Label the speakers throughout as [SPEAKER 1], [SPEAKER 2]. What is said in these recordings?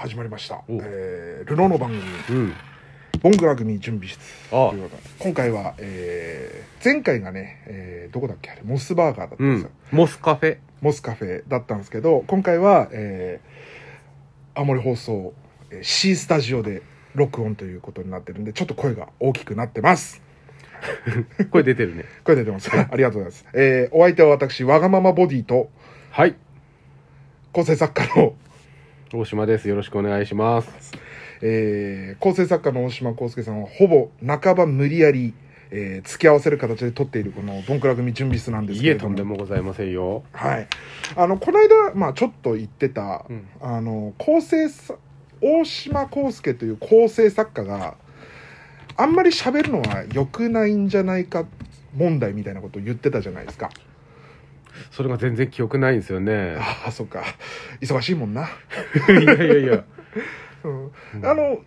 [SPEAKER 1] 始まりました、
[SPEAKER 2] お
[SPEAKER 1] えールノーの番組
[SPEAKER 2] うん。
[SPEAKER 1] 「ボングラ組準備室」
[SPEAKER 2] ああ
[SPEAKER 1] ということで今回は、えー前回がね、えーどこだっけあれモスバーガーだった
[SPEAKER 2] うん
[SPEAKER 1] ですよ
[SPEAKER 2] ん、。モスカフェ。
[SPEAKER 1] モスカフェだったんですけど今回は、えー、青森放送、えー C スタジオで録音ということになってるんでちょっと声が大きくなってます
[SPEAKER 2] これ出てるね。
[SPEAKER 1] 声出て ますありがとうございます、えーお相手は私わがままボディと
[SPEAKER 2] はい。
[SPEAKER 1] 構成作家の
[SPEAKER 2] 大島です。よろしくお願いします。
[SPEAKER 1] えー構成作家の大島康介さんはほぼ半ば無理やり、えー付き合わせる形で撮っているこの「ボンクラ組準備室」なんです
[SPEAKER 2] い
[SPEAKER 1] け
[SPEAKER 2] え、
[SPEAKER 1] れど
[SPEAKER 2] とん
[SPEAKER 1] も
[SPEAKER 2] でもございませんよ。
[SPEAKER 1] はい、あのこの間、まあ、ちょっと言ってた、
[SPEAKER 2] うん
[SPEAKER 1] あの構成さ大島康介という構成作家があんまり喋るのは良くないんじゃないか問題みたいなことを言ってたじゃないですか
[SPEAKER 2] それが全然記憶ないんですよね。
[SPEAKER 1] ああそっか忙しいもんな、
[SPEAKER 2] いやいやいや。
[SPEAKER 1] うんあの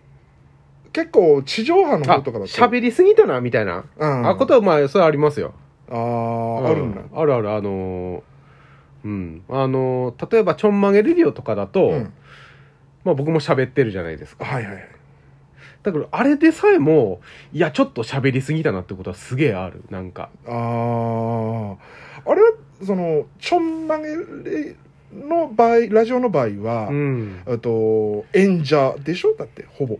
[SPEAKER 1] 結構地上波の
[SPEAKER 2] あ、
[SPEAKER 1] 方とかだと
[SPEAKER 2] 喋りすぎたな、みたいな。
[SPEAKER 1] うん、
[SPEAKER 2] あ、ことは、まあ、それはありますよ。
[SPEAKER 1] あーあるんだ、
[SPEAKER 2] あるある、あのー、うん。あのー、例えば、ちょんまげレディオとかだと、
[SPEAKER 1] うん
[SPEAKER 2] まあ僕も喋ってるじゃないですか。
[SPEAKER 1] はいはい
[SPEAKER 2] だから、あれでさえも、いや、ちょっと喋りすぎたなってことはすげえある。なんか。
[SPEAKER 1] あーあれはそのちょんまげれの場合ラジオの場合は、
[SPEAKER 2] うん。
[SPEAKER 1] あと演者でしょだってほぼ、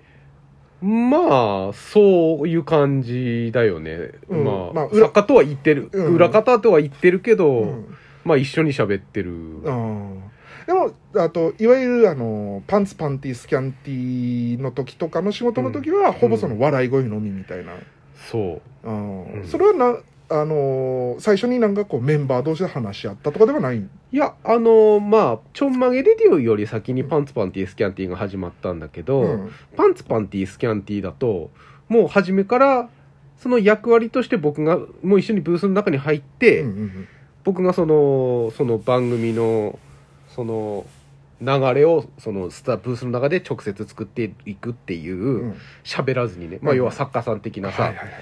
[SPEAKER 2] まあ、そういう感じだよね。
[SPEAKER 1] うん
[SPEAKER 2] まあ、
[SPEAKER 1] まあ裏
[SPEAKER 2] 裏方は言ってる、
[SPEAKER 1] うん
[SPEAKER 2] 裏方とは言ってるけど、
[SPEAKER 1] うん
[SPEAKER 2] まあ一緒に喋ってる。
[SPEAKER 1] うんでもあといわゆるあのパンツパンティスキャンティの時とかの仕事の時は、ほぼその笑い声のみみたいな、
[SPEAKER 2] そう。
[SPEAKER 1] うん
[SPEAKER 2] うん
[SPEAKER 1] それはなあの最初になんかこうメンバー同士で話し合ったとかではない
[SPEAKER 2] いや、あのまあ、ちょんまげレディオより先にパンツパンティースキャンティーが始まったんだけど、
[SPEAKER 1] うん
[SPEAKER 2] パンツパンティースキャンティーだと、もう初めから、その役割として僕が、もう一緒にブースの中に入っ
[SPEAKER 1] う
[SPEAKER 2] て、
[SPEAKER 1] んうん
[SPEAKER 2] 僕がその、その番組の、その、流れを、その、スターブースの中で直接作っていくっていう、
[SPEAKER 1] うんうん
[SPEAKER 2] 喋らずにね、ま
[SPEAKER 1] う
[SPEAKER 2] あ、
[SPEAKER 1] ん
[SPEAKER 2] 要は作家さん的なさ、
[SPEAKER 1] はいはいはい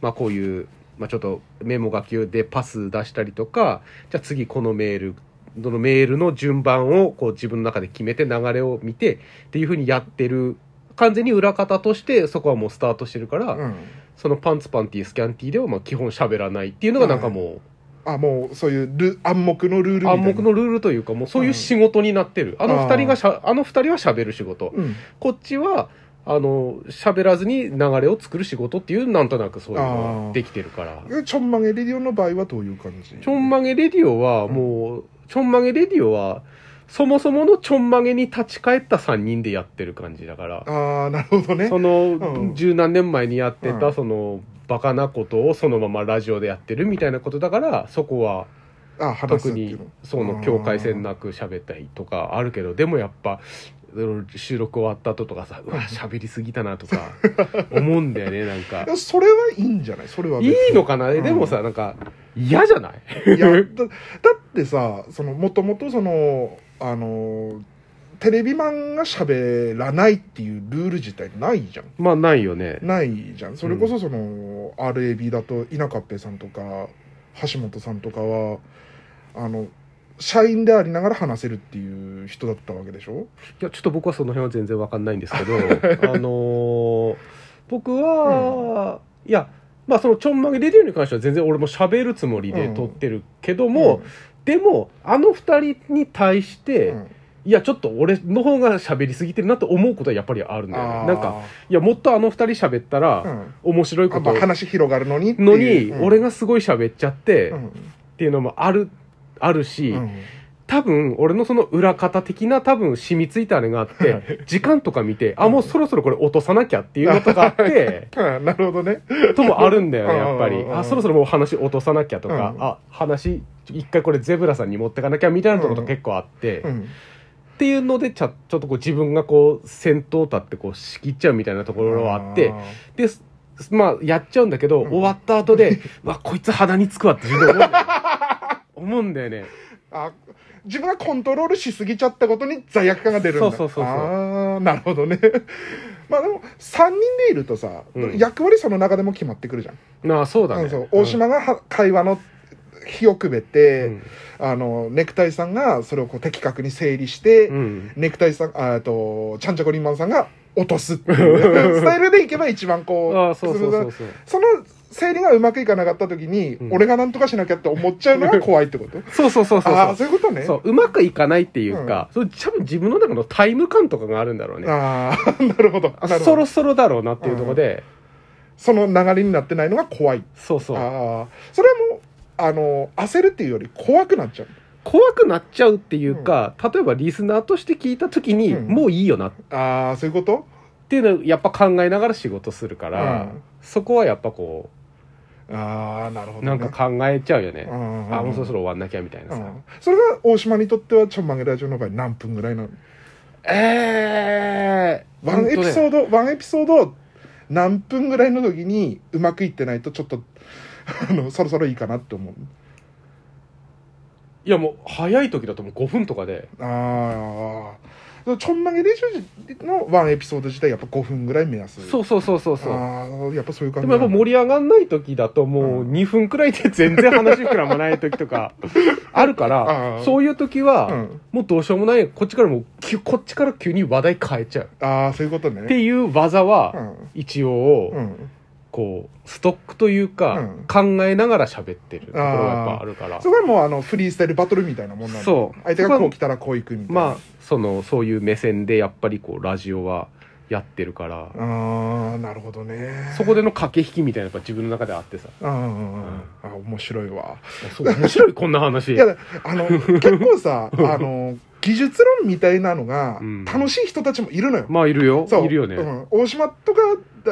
[SPEAKER 2] まあ、こういう、まあ、ちょっとメモ書きでパス出したりとかじゃあ次このメールどのメールの順番をこう自分の中で決めて流れを見てっていうふうにやってる完全に裏方としてそこはもうスタートしてるから、
[SPEAKER 1] うん
[SPEAKER 2] そのパンツパンティースキャンティーではまあ基本喋らないっていうのがなんかも
[SPEAKER 1] あもうそういうル暗黙のルールみ
[SPEAKER 2] う
[SPEAKER 1] たいな
[SPEAKER 2] 暗黙のルールというかもうそういう仕事になってる、あの二人がしゃあの二人は喋る仕事、
[SPEAKER 1] うん
[SPEAKER 2] こっちは、あの、喋らずに流れを作る仕事っていう、なんとなくそういうの
[SPEAKER 1] あー
[SPEAKER 2] ができてるから。
[SPEAKER 1] えちょんまげレディオの場合はどういう感じ
[SPEAKER 2] ちょんまげレディオは、もう、ちょんまげレディオは、そもそものちょんまげに立ち返った3人でやってる感じだから、
[SPEAKER 1] ああなるほどね
[SPEAKER 2] そ
[SPEAKER 1] うん
[SPEAKER 2] の、十何年前にやって
[SPEAKER 1] う
[SPEAKER 2] た、
[SPEAKER 1] ん
[SPEAKER 2] その、バカなことをそのままラジオでやってるみたいなことだから、そこは
[SPEAKER 1] あ話す
[SPEAKER 2] 特
[SPEAKER 1] ってい
[SPEAKER 2] に
[SPEAKER 1] うの
[SPEAKER 2] そ
[SPEAKER 1] あ
[SPEAKER 2] の
[SPEAKER 1] ー
[SPEAKER 2] 境界線なく喋ったりとかあるけどでもやっぱうん収録終わった後とかさうわ喋りすぎたなとか思うん だよねなんか
[SPEAKER 1] いやそれはいいんじゃないそれはい別に
[SPEAKER 2] いのかな
[SPEAKER 1] うん
[SPEAKER 2] でもさなんか嫌じゃない
[SPEAKER 1] いやだだってさそのもともとそのあのテレビマンが喋らないっていうルール自体ないじゃん
[SPEAKER 2] まあないよね
[SPEAKER 1] ないじゃんそれこそその、RAB だと稲かっぺさんとか橋本さんとかはあの社員でありながら話せるっていう人だったわけでしょ
[SPEAKER 2] いやちょっと僕はその辺は全然わかんないんですけ どあのー僕は、いやまあそのちょんまげレディオに関しては全然俺も喋るつもりで撮ってるけども、でもあの二人に対して、
[SPEAKER 1] うん
[SPEAKER 2] いや、ちょっと俺の方が喋りすぎてるなと思うことはやっぱりあるんだよ
[SPEAKER 1] あ
[SPEAKER 2] ね。
[SPEAKER 1] ー
[SPEAKER 2] なんか、いや、もっとあの二人喋った
[SPEAKER 1] う
[SPEAKER 2] ら、
[SPEAKER 1] ん
[SPEAKER 2] 面白いこ
[SPEAKER 1] あま
[SPEAKER 2] と
[SPEAKER 1] あ話広がるのにっていう
[SPEAKER 2] のに、
[SPEAKER 1] うん
[SPEAKER 2] 俺がすごい喋っちゃって、
[SPEAKER 1] う
[SPEAKER 2] っ
[SPEAKER 1] ん
[SPEAKER 2] ていうのもある、あるし、
[SPEAKER 1] うん
[SPEAKER 2] 多分、俺のその裏方的な多分染みついたあれがあって、時間とか見て、あ、もうそろそろこれ落とさなきゃ っていうのとかあって、
[SPEAKER 1] あなるほどね
[SPEAKER 2] ともあるんだよね、やっぱ
[SPEAKER 1] うんう
[SPEAKER 2] り
[SPEAKER 1] んう。ん
[SPEAKER 2] あ、そろそろもう話落とさなきゃとか
[SPEAKER 1] う、ん
[SPEAKER 2] あ、話、一回これゼブラさんに持ってかなきゃみたいなとこと結構あって、
[SPEAKER 1] うん
[SPEAKER 2] っていうのでちゃちょっとこう自分がこう先頭立ってこう仕切っちゃうみたいなところはあってですまあやっちゃうんだけど、
[SPEAKER 1] うん
[SPEAKER 2] 終わった後で「うわこいつ鼻につくわ」って自分で思うんだよ思うんだよね
[SPEAKER 1] あ自分がコントロールしすぎちゃったことに罪悪感が出るんだ
[SPEAKER 2] そうそうそうそう
[SPEAKER 1] ああなるほどね まあでも3人でいるとさ、
[SPEAKER 2] うん
[SPEAKER 1] 役割その中でも決まってくるじゃん、
[SPEAKER 2] まあそうだ
[SPEAKER 1] う
[SPEAKER 2] ね
[SPEAKER 1] んそう大島がは会話の火をくべて、
[SPEAKER 2] うん
[SPEAKER 1] あのネクタイさんがそれをこう的確に整理して、
[SPEAKER 2] うん
[SPEAKER 1] ネクタイさんあえっとちゃんちゃこりんまんさんが落とすっていう スタイルでいけば一番こう
[SPEAKER 2] ああそうそうそうそう
[SPEAKER 1] その整理がうまくいかなかった時に、
[SPEAKER 2] うん
[SPEAKER 1] 俺がなんとかしなきゃって思っちゃうのが怖いってこと
[SPEAKER 2] そうそうそうそう
[SPEAKER 1] あ
[SPEAKER 2] そ
[SPEAKER 1] あ
[SPEAKER 2] う
[SPEAKER 1] そういうことね
[SPEAKER 2] そううまくいかないっていうか、そう多分自分の中のタイム感とかがあるんだろうね
[SPEAKER 1] ああ なるほどなる
[SPEAKER 2] そ
[SPEAKER 1] ほど
[SPEAKER 2] ろそろだろうなっていうところで、
[SPEAKER 1] その流れになってないのが怖い
[SPEAKER 2] そうそう
[SPEAKER 1] ああそれはもうあの焦るっていうより怖くなっちゃう
[SPEAKER 2] 怖くなっちゃうっていうか、例えばリスナーとして聞いた時に、
[SPEAKER 1] うん
[SPEAKER 2] もういいよなっ
[SPEAKER 1] ああそういうこと
[SPEAKER 2] ていうのをやっぱ考えながら仕事するから、
[SPEAKER 1] うん
[SPEAKER 2] そこはやっぱこ
[SPEAKER 1] ああなるほ
[SPEAKER 2] う
[SPEAKER 1] ど、ね、
[SPEAKER 2] なんか考えちゃうよね、
[SPEAKER 1] うん
[SPEAKER 2] あもうそろそろ終わんなきゃみたいな
[SPEAKER 1] う
[SPEAKER 2] さ、
[SPEAKER 1] んそれが大島にとってはちょんまげラジオの場合何分ぐらいなの
[SPEAKER 2] ええ
[SPEAKER 1] ワンエピソード、ワンエピソード何分ぐらいの時にうまくいってないとちょっと あのそろそろいいかなって思う
[SPEAKER 2] いやもう早い時だともう5分とかで
[SPEAKER 1] ああちょんまげ練習のワンエピソード自体やっぱ5分ぐらい目安
[SPEAKER 2] そうそうそうそうそう
[SPEAKER 1] ああやっぱそういう感じ
[SPEAKER 2] でもやっぱ盛り上がんない時だともう
[SPEAKER 1] うん
[SPEAKER 2] 2分くらいで 全然話膨らまない時とかあるか
[SPEAKER 1] あ
[SPEAKER 2] ら
[SPEAKER 1] ー
[SPEAKER 2] そういう時
[SPEAKER 1] う
[SPEAKER 2] は
[SPEAKER 1] ん、
[SPEAKER 2] もうどうしようもないこっちからもう急こっちから急に話題変えちゃう
[SPEAKER 1] ああそういうこと
[SPEAKER 2] っ
[SPEAKER 1] ね
[SPEAKER 2] ていう技
[SPEAKER 1] う
[SPEAKER 2] は
[SPEAKER 1] ん
[SPEAKER 2] 一応
[SPEAKER 1] うん、
[SPEAKER 2] こうストックというか
[SPEAKER 1] うん
[SPEAKER 2] 考えながら喋ってるところがやっぱあるから
[SPEAKER 1] そこはもうあのフリースタイルバトルみたいなもんなんで
[SPEAKER 2] そう
[SPEAKER 1] 相手がこう来たらこういくみたいな
[SPEAKER 2] まあそのそういう目線でやっぱりこうラジオはやってるから
[SPEAKER 1] ああなるほどね
[SPEAKER 2] そこでの駆け引きみたいなのがやっぱ自分の中であってさ
[SPEAKER 1] うんうんうんうんあ面白いわ
[SPEAKER 2] そう面白いこんな話
[SPEAKER 1] いやあの結構 さあの技術論みたいなのが
[SPEAKER 2] うん
[SPEAKER 1] 楽しい人たちもいるのよ、
[SPEAKER 2] まあいるよいるよね、
[SPEAKER 1] うん、大島とか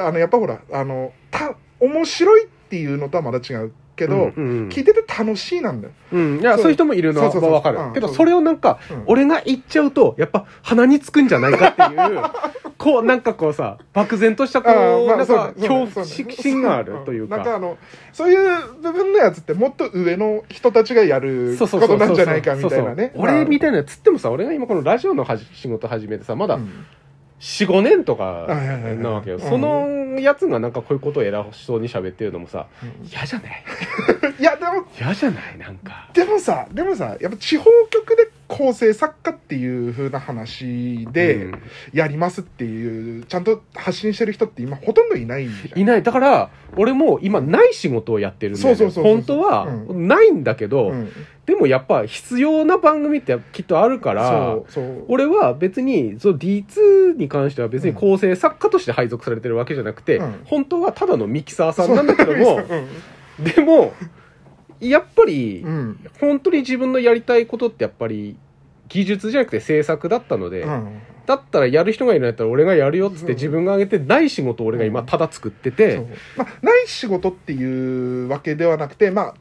[SPEAKER 1] あのやっぱほらあのた面白いっていうのとはまだ違うけど、
[SPEAKER 2] うんうん
[SPEAKER 1] 聞いてて楽しいなんだよ
[SPEAKER 2] うん、いや
[SPEAKER 1] そう
[SPEAKER 2] そういう人もいるのは
[SPEAKER 1] そうそうそう
[SPEAKER 2] わか
[SPEAKER 1] うん
[SPEAKER 2] るけど
[SPEAKER 1] そう
[SPEAKER 2] それをなんか
[SPEAKER 1] うん
[SPEAKER 2] 俺が言っちゃうとやっぱ鼻につくんじゃないかっていう こうなんかこうさ漠然としたこうなん
[SPEAKER 1] そう
[SPEAKER 2] か
[SPEAKER 1] ねそうね
[SPEAKER 2] 恐怖心があるとい
[SPEAKER 1] そうねん
[SPEAKER 2] う
[SPEAKER 1] なんか
[SPEAKER 2] か
[SPEAKER 1] あのそういう部分のやつってもっと上の人たちがやる
[SPEAKER 2] そう
[SPEAKER 1] こ
[SPEAKER 2] そうそうそ
[SPEAKER 1] となん
[SPEAKER 2] うそう
[SPEAKER 1] じゃないかみたいなね
[SPEAKER 2] 俺み
[SPEAKER 1] た
[SPEAKER 2] たいなやつってもさ俺が今このラジオのはじ仕事始めてさまだ45年とか
[SPEAKER 1] はいはいはい
[SPEAKER 2] なわけよ
[SPEAKER 1] うん
[SPEAKER 2] そのやつがなんかこういうことを偉そうに喋ってるのもさ
[SPEAKER 1] うん
[SPEAKER 2] 嫌じゃない
[SPEAKER 1] いやでも
[SPEAKER 2] 嫌じゃないなんか
[SPEAKER 1] でもさでもさやっぱ地方局で構成作家っていう風な話で
[SPEAKER 2] うん
[SPEAKER 1] やりますっていう、ちゃんと発信してる人って今ほとんどいないじゃん
[SPEAKER 2] いない。だから、俺も今ない仕事をやってるんだよね
[SPEAKER 1] そうそうそうそう
[SPEAKER 2] 本当は、
[SPEAKER 1] う
[SPEAKER 2] ないんだけど、
[SPEAKER 1] うん
[SPEAKER 2] でもやっぱ必要な番組ってきっとあるから、
[SPEAKER 1] そうそう
[SPEAKER 2] 俺は別に、そう D2 に関しては別に構成作家として配属されてるわけじゃなくて、
[SPEAKER 1] うん
[SPEAKER 2] 本当はただのミキサーさんなんだけども、
[SPEAKER 1] そう
[SPEAKER 2] でも、やっぱり
[SPEAKER 1] う、ん
[SPEAKER 2] 本当に自分のやりたいことってやっぱり、技術じゃなくて制作だったので、
[SPEAKER 1] うん
[SPEAKER 2] だったらやる人がいるんだったら俺がやるよっつっ
[SPEAKER 1] そう
[SPEAKER 2] て自分が挙げてない仕事を俺が今ただ作ってて、
[SPEAKER 1] そうまあ、ない仕事っていうわけではなくてまあ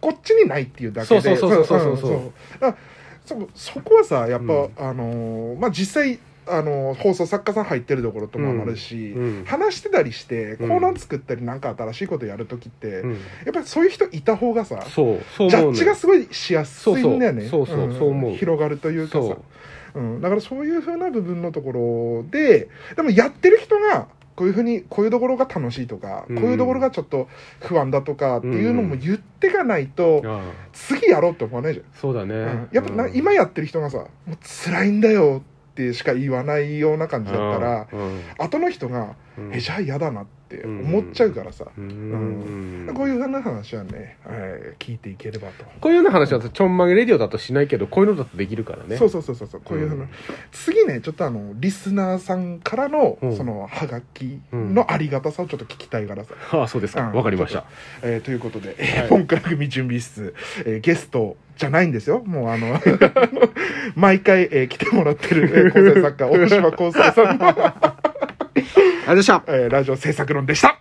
[SPEAKER 1] こっちにないっていうだけで
[SPEAKER 2] そうそうそうそうそうそう
[SPEAKER 1] うんんだからそそこはさやっぱ、
[SPEAKER 2] うん
[SPEAKER 1] あのーまあ実際あのー放送作家さん入ってるところとかもあるし、
[SPEAKER 2] うん
[SPEAKER 1] 話してたりしてコ
[SPEAKER 2] うん
[SPEAKER 1] ーナー作ったりなんか新しいことやるときって、
[SPEAKER 2] う
[SPEAKER 1] や
[SPEAKER 2] ん
[SPEAKER 1] っぱりそういう人いた方がさ
[SPEAKER 2] そう、そう
[SPEAKER 1] ジャ
[SPEAKER 2] 思う
[SPEAKER 1] ッジがすごいしやすいんだよね
[SPEAKER 2] そうそうそうそうんそう思う
[SPEAKER 1] 広がるというか
[SPEAKER 2] そ
[SPEAKER 1] さ
[SPEAKER 2] う。
[SPEAKER 1] うん、だからそういうふうな部分のところででもやってる人がこういうふうにこういうところが楽しいとか、
[SPEAKER 2] うん
[SPEAKER 1] こういうところがちょっと不安だとかっていうのも言ってかないと、
[SPEAKER 2] ああ
[SPEAKER 1] 次やろうって思わないじ
[SPEAKER 2] そうだね。
[SPEAKER 1] ゃん、うんやっぱな、
[SPEAKER 2] うん
[SPEAKER 1] 今やってる人がさもう辛いんだよってしか言わないような感じだったら、
[SPEAKER 2] うん
[SPEAKER 1] 後の人が、
[SPEAKER 2] うん
[SPEAKER 1] えじゃあ嫌だなって思っちゃうからさ、
[SPEAKER 2] うん
[SPEAKER 1] こういうふうな話はね、えー聞いていければと。
[SPEAKER 2] こういうような話はちょんまげレディオだとしないけど、こういうのだとできるからね。
[SPEAKER 1] そうそうそうそうそうこういうふうな、
[SPEAKER 2] うん
[SPEAKER 1] 次ねちょっとあのリスナーさんからの、
[SPEAKER 2] うん
[SPEAKER 1] そのハガキのありがたさをちょっと聞きたいからさ、
[SPEAKER 2] ああ、そうですか。
[SPEAKER 1] うん
[SPEAKER 2] わかりました。
[SPEAKER 1] えーということで「
[SPEAKER 2] はい
[SPEAKER 1] えー本から組準備室、えーゲストじゃないんですよもうあの 毎回、えー来てもらってる、えー構成作家大島康介さんの、
[SPEAKER 2] ありがとうございました。
[SPEAKER 1] えーラジオ制作論でした